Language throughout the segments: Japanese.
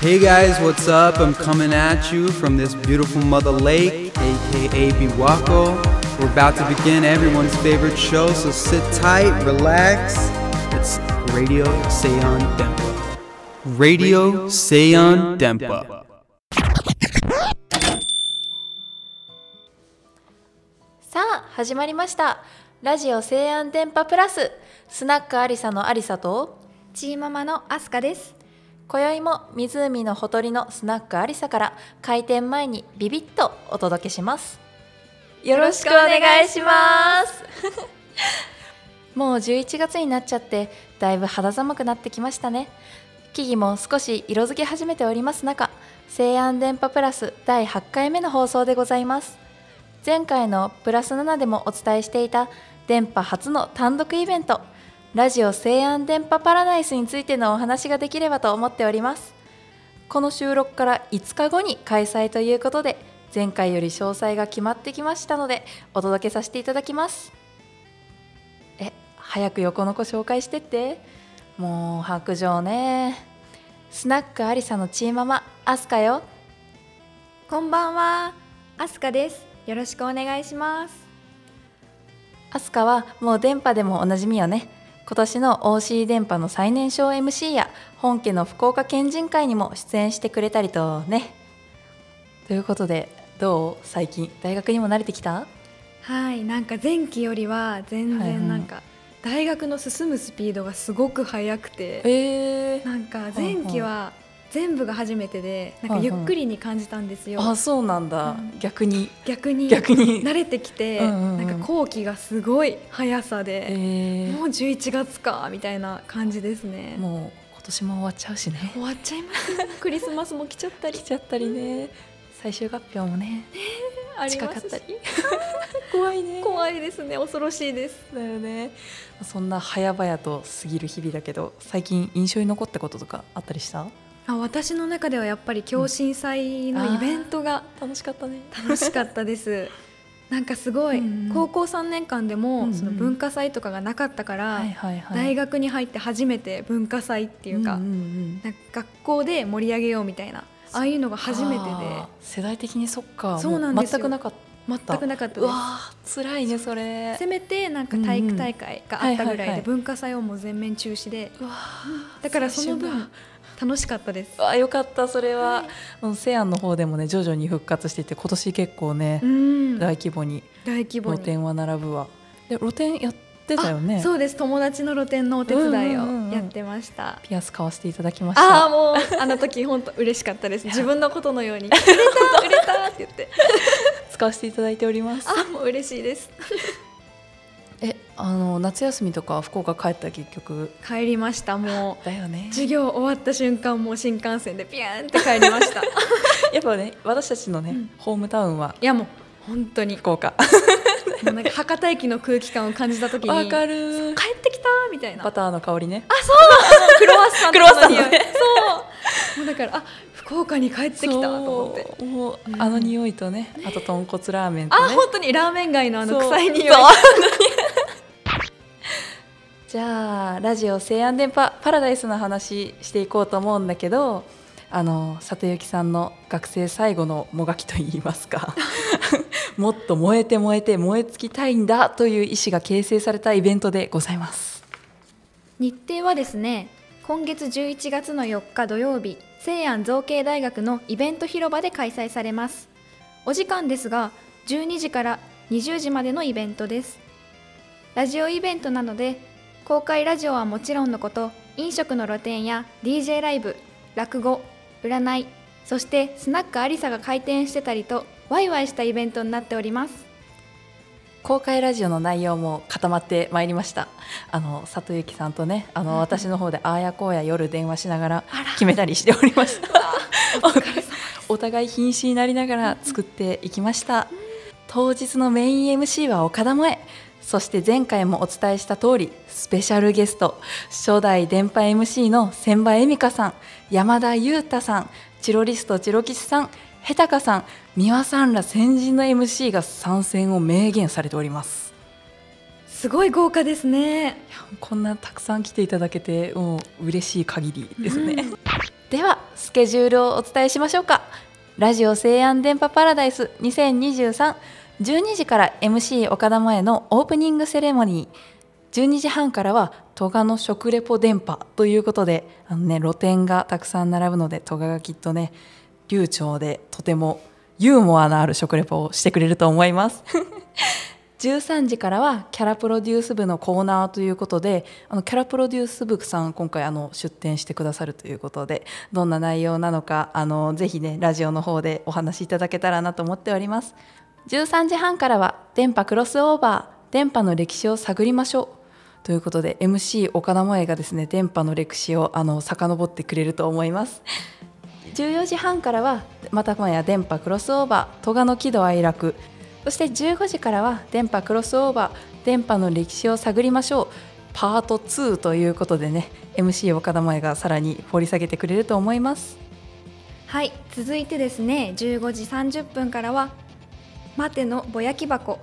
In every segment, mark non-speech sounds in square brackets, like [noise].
Hey guys, what's up? I'm coming at you from this beautiful mother lake, aka Biwako. We're about to begin everyone's favorite show, so sit tight, relax. It's Radio Seon Dempa. Radio Seon Dempa. さあ始まりましたラジオ西安電波プラススナックありさのありさとチーママのアスカです。今宵も湖のほとりのスナックありさから開店前にビビッとお届けしますよろしくお願いします [laughs] もう11月になっちゃってだいぶ肌寒くなってきましたね木々も少し色づき始めております中西安電波プラス第8回目の放送でございます前回のプラス7でもお伝えしていた電波初の単独イベントラジオ西安電波パラダイスについてのお話ができればと思っておりますこの収録から5日後に開催ということで前回より詳細が決まってきましたのでお届けさせていただきますえ早く横の子紹介してってもう白状ねスナックありさのチーママアスカよこんばんは、アスカです。よろしくお願いします。アスカはもう電波でもおなじみよね今年の OC 電波の最年少 MC や本家の福岡県人会にも出演してくれたりとねということでどう最近大学にも慣れてきたはい、なんか前期よりは全はいはい然なんか大学の進むスピードがすごく速くて、ええなんか前期は全部が初めてで、なんはかいゆっはいくりに感じたんですよ。あそうなんだ、うん逆に逆に逆に慣れてきて、うんうんうんなんか後期がすごい速さで、えもう11月かみたいな感じですね。もう今年も終わっちゃうしね終わっちゃいます [laughs] よ。クリスマスも来ちゃったり来ちゃったりね最終発表もねあり近まかっすたしり、怖いね怖いですね。恐ろしいです。だよねそんな早々と過ぎる日々だけど最近印象に残ったこととかあったりしたあ私の中ではやっぱり共振祭のイベントが楽しかったね楽しかったです。なんかすごい、うんうん高校3年間でも、うんうんその文化祭とかがなかったから、はいはいはい大学っ学に入って初めて文化祭ってていうか,、なんか学校で盛り上げようみたいなああいうのが初めてで世代的にそっかそうなんですもよ全くなかった全くなかったうでわす。あ辛いねそれせめてなんか体育大会があったぐうんうんはらいはいいはいで文化祭をもう全面中止でうわーだからその青春分だ楽しかったですう。わーよかったそれは、はもう西安の方でもね徐々に復活していて今年結構ね、うん、大大規模に規模露に店は並ぶわで露店やってたよあねそうです友達の露店のお手伝いうんうんうんうをんやってました、ピアス買わせていただきましたああもうあの時本当嬉しかったです自分のことのように [laughs] 売れた売れたって言って使わせていただいておりますあもう嬉しいですえあの夏休みとか福岡帰った結局帰りましたもだようね授業終わった瞬間もう新幹線でピューンって帰りま [laughs] したい [laughs] やっぱね私たちのね、うんホームタウンはやもう本当に福岡もうなんか博多駅の空気感を感じた時に帰っるてきたみたいなバターの香りねクロワッサンとか匂いクロワッサンのねそうもうだからあ福岡に帰ってきたと思ってそうもう、うんあの匂いとねあと豚骨ラーメンとあね本当にラーメン街のあの臭い [laughs] 匂いそうじゃあラジオ西安電波パラダイスの話していこうと思うんだけどあの里幸さんの学生最後のもがきといいますか [laughs] もっと燃えて燃えて燃え尽きたいんだという意思が形成されたイベントでございます日程はですね今月11月の4日土曜日西安造形大学のイベント広場で開催されますお時間ですが12時から20時までのイベントですラジオイベントなので公開ラジオはもちろんのこと飲食の露店や DJ ライブ落語占いそしてスナックありさが開店してたりとワイワイしたイベントになっております公開ラジオの内容も固まってまいりましたあの里幸さんとねあうんうのん私の方でああやこうや夜電話しながらあら決めたりしておりま [laughs] したお疲れ様 [laughs] お互い瀕死になりながら作っていきました当日のメイン MC は岡田萌えそして前回もお伝えした通りスペシャルゲスト初代電波 MC の千葉恵美香さん山田裕太さんチロリストチロキスさんへたかさん美輪さんら先人の MC が参戦を明言されておりますすごい豪華ですねこんなたくさん来ていただけてもう嬉しい限りですね、ではスケジュールをお伝えしましょうかラジオ西安電波パラダイス2023 12時から MC 岡田前のオープニングセレモニー12時半からは戸賀の食レポ電波ということであの、ね、露店がたくさん並ぶので戸賀がきっとね流暢でとてもユーモアのある食レポをしてくれると思います13時からはキャラプロデュース部のコーナーということであのキャラプロデュース部さん今回あの出展してくださるということでどんな内容なのかあのぜひねラジオの方でお話しいただけたらなと思っております13時半からは「電波クロスオーバー電波の歴史を探りましょう」ということで MC 岡田萌がですね電波の歴史をあの遡ってくれると思います14時半からはまた今夜電波クロスオーバー戸賀の喜怒哀楽そして15時からは電波クロスオーバー電波の歴史を探りましょうパート2ということでね MC 岡田萌がさらに掘り下げてくれると思いますはい続いてですね15時30分からは「待てのぼやき箱」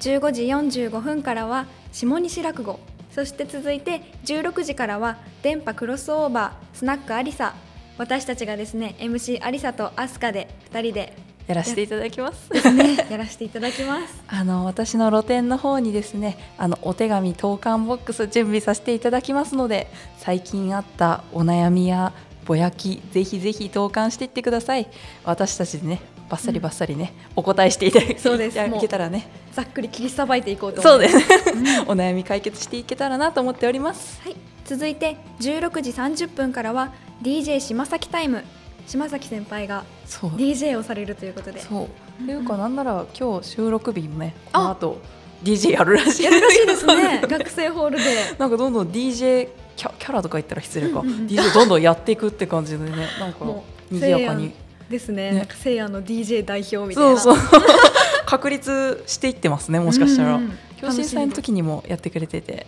15時45分からは「下西落語」そして続いて16時からは「電波クロスオーバースナックありさ」私たちがですね MC ありさとアスカで2人でやらせていただきますですね [laughs] やらせていただきますあの私の露店の方にですねあのお手紙投函ボックス準備させていただきますので最近あったお悩みやぼやきぜひぜひ投函していってください私たちでねバッサリバッサリね、お答えしていただけ [laughs] そうですいもうけたらねざっくり切りさばいていこうとそう思いますです、お悩み解決していけたらなと思っておりますはい、続いて16時30分からは DJ 島崎タイム島崎先輩がそう DJ をされるということでそううんというかなんなら今日収録日もねこあの後 DJ [laughs] やるらしいやるらしいですね [laughs] そう学生ホールでなんかどんどん DJ キャキャラとか言ったら失礼か、うんうんうん DJ どんどんやっていくって感じでねなんかもう賑やかにですねねなんかせいやの DJ 代表みたいそうなそう [laughs] 確立していってますねもしかしたら、うんうん共振祭の時にもやってくれてて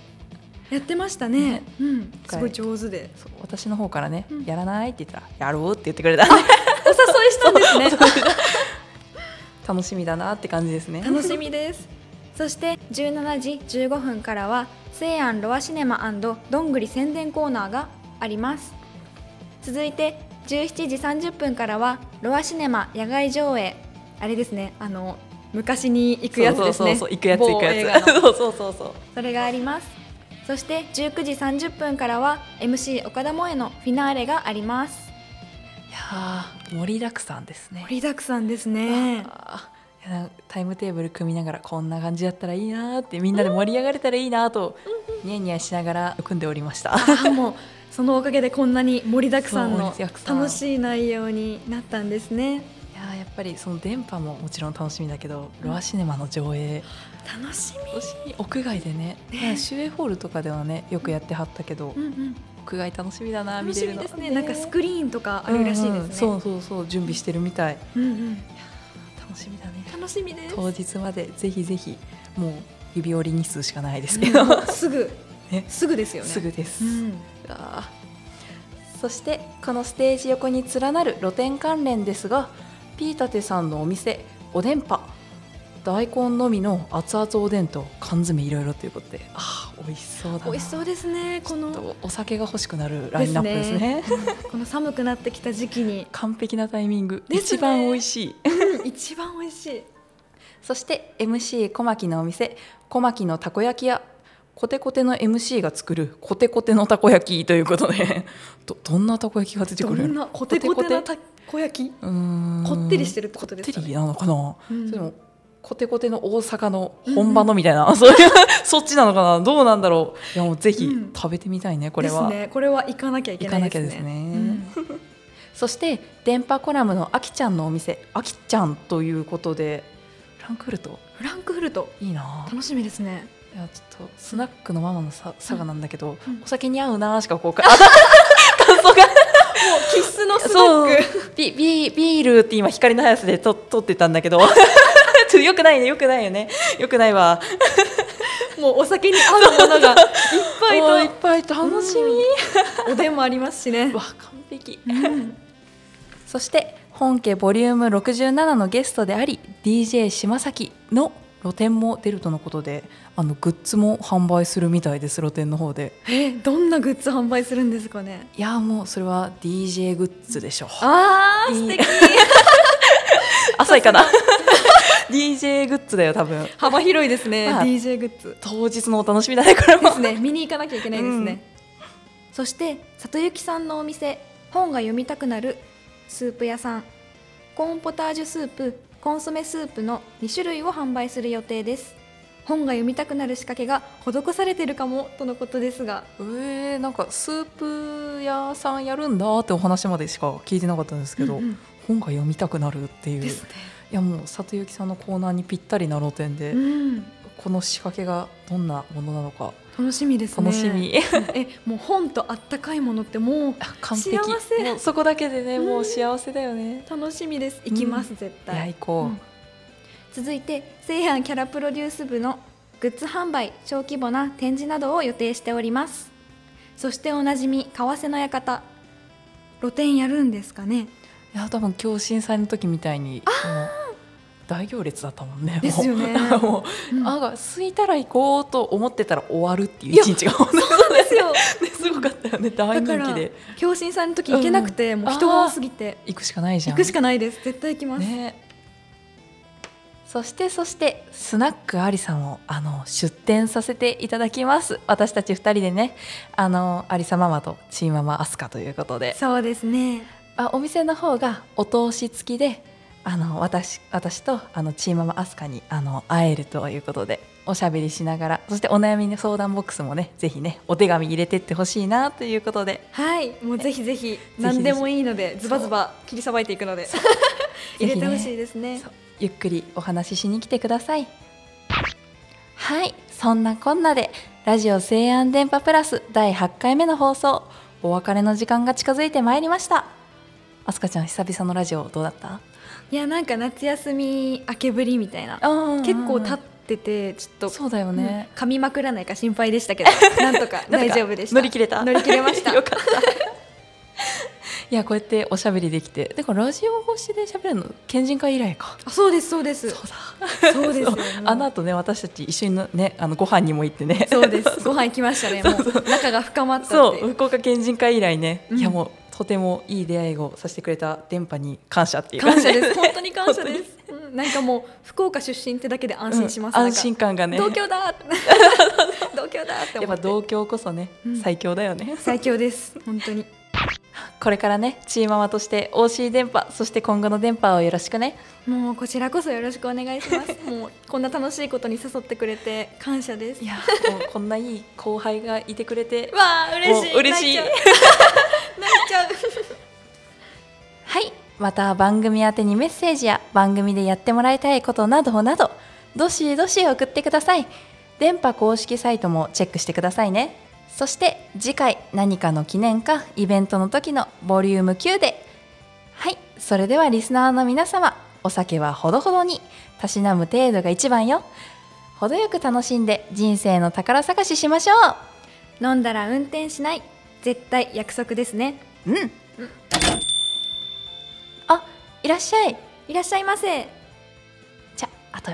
やってましたねねうん、すごい上手でそう私の方からね、うんやらないって言ったらやろうって言ってくれたお誘いしたんですね [laughs] 楽しみだなって感じですね楽しみですそして17時15分からは西安ロアシネマどんぐり宣伝コーナーがあります続いて17時30分からはロアシネマ野外上映あれですねあの昔に行くやつですねそうそうそうそう行くやつ行く某映や画つ [laughs] のそうそうそうそうそれがありますそして19時30分からは MC 岡田萌のフィナーレがありますいやー盛りだくさんですね盛りだくさんですねあーいやタイムテーブル組みながらこんな感じだったらいいなーってみんなで盛り上がれたらいいなーとニヤニヤしながら組んでおりました。あもうそのおかげでこんなに盛りだくさんそう盛のりだくさん楽しい内容になったんですいねやーやっぱりその電波ももちろん楽しみだけど、ロアシネマの上映楽し屋外でねねシュエホールとかではねよくやってはったけど、み、うんうん、屋外楽しみだな楽見しれるみのですねなんかスクリーンとかあるらしいですね、うんうんそうそうそう準備してるみたいうんうん楽しみだね楽しみです当日までぜひぜひもう指折り日数しかないですけど、うんすぐ、ねすぐですよ [laughs] ねすぐです、うんあーそしてこのステージ横に連なる露店関連ですがピータテさんのお店おでんぱ大根のみの熱々おでんと缶詰いろいろということであー美味しそうだな美味しそうですねこちょっのとお酒が欲しくなるラインナップですねこの寒くなってきた時期に [laughs] 完璧なタイミング、です一ね番美味しい [laughs] うん一番美味しいそして MC 小牧のお店小牧のたこ焼き屋コテコテの MC が作るコテコテのたこ焼きということで [laughs] どどんなたこ焼きが出てどくるんなコテコテなたこ焼きうーんこってりしてるってことですこかってりねなのかな、うんそれもコテコテの大阪の本場のみたいな、そう [laughs] いうそっちなのかなどうなんだろういやもうぜひうん食べてみたいねこれは、ですねこれは行かなきゃいけ行なかないきゃでですすねね、そして電波コラムのあきちゃんのお店あきちゃんということでフランクフルトフランクフルトいいな楽しみですねいやちょっとスナックのママのさ佐賀なんだけど、うんお酒に合うなーしかこうか [laughs] あ感想が必須のスナそうックビビビールって今光の速さでと撮ってたんだけど [laughs] ちょっとよくないねよくないよねよくないわもうお酒に合うものがいっぱいおーいとっぱい楽しみ、おでんもありますしねわ完璧うんそして本家ボリューム67のゲストであり DJ 島崎の露店も出るとのことであのグッズも販売するみたいです露店の方でえどんなグッズ販売するんですかねいやーもうそれは DJ グッズでしょうあー素敵浅いかな [laughs] DJ グッズだよ多分 [laughs] 幅広いですね、まあ DJ グッズ当日のお楽しみだねこれもですね見に行かなきゃいけないですね、そして里幸さんのお店本が読みたくなるスープ屋さんコーンポタージュスープコンソメスープの2種類を販売する予定です本が読みたくなる仕掛けが施されてるかもとのことですがえー、なんかスープ屋さんやるんだってお話までしか聞いてなかったんですけど、うんうん本が読みたくなるっていうでいすね、やもう里幸さんのコーナーにぴったりな露店で、うん、この仕掛けがどんなものなのか楽しみですね楽しみ、 [laughs] えもう本とあったかいものってもう完璧幸せもうそこだけでねうんもう幸せだよね、楽しみです行きます、絶いや対行こうん続いて西安キャラプロデュース部のグッズ販売小規模な展示などを予定しておりますそしておなじみ為替の館露店やるんですかねう、いや多分今日震災の時みたいにもう大行列だったもんねもうですよね [laughs] もう、うんあが空いたら行こうと思ってたら終わるっていう一日が本当にそうですよねすごかったよね大だか人ら気で共振さんの時行けなくて、もう人が多すぎて行くしかないじゃん行くしかないです絶対行きます、ねそしてそしてスナックありさんをあの出店させていただきます私たち2人でねあのありさママとチーママアスカということでそうですねあお店の方がお通し付きであの私私とあのチーママアスカにあの会えるということでおしゃべりしながらそしてお悩みの相談ボックスもねぜひねお手紙入れてってほしいなということではいもうぜひぜひ何でもいいのでズバズバ切りさばいていくの [laughs] で入れてほしいですねそうゆっくりお話ししに来てくださいはいそんなこんなでラジオ西安電波プラス第8回目の放送お別れの時間が近づいてまいりましたあすかちゃん久々のラジオどうだったいやなんか夏休み明けぶりみたいな結構立っててちょっとそうだよね、噛みまくらないか心配でしたけど [laughs] なんとか大丈夫でした乗り切れた乗り切れましたよかった [laughs] いやこうやっておしゃべりできてだからラジオ越しでしゃべるの県人会以来かあそうですそうですそうだそうですよもうあの後ね私たち一緒にのねあのご飯にも行ってねそうですご飯行きましたねもう仲が深まったっそてういう福岡県人会以来ね、うんいやもうとてもいい出会いをさせてくれた電波に感謝っていう感謝じ [laughs] です本当に感謝ですうんなんかもう福岡出身ってだけで安心しますうんなん安か心感がね東京 [laughs] だー東京だーってやっ思ぱって同郷こそね、うん最強だよね最強です本当にこれからねチーママとして OC 電波そして今後の電波をよろしくねもうこちらこそよろしくお願いしますもうこんな楽しいことに誘ってくれて感謝ですいやもうこんないい後輩がいてくれてわあ嬉しいもう嬉しい泣いちゃう泣いちゃうはいまた番組宛てにメッセージや番組でやってもらいたいことなどなどどしどし送ってください電波公式サイトもチェックしてくださいねそして次回何かの記念かイベントの時のボリューム9ではいそれではリスナーの皆様お酒はほどほどにたしなむ程度が一番よ程よく楽しんで人生の宝探ししましょ [laughs] 飲んだら運転しない絶対約束ですねううんあいらっしゃいいらっしゃいませじゃああと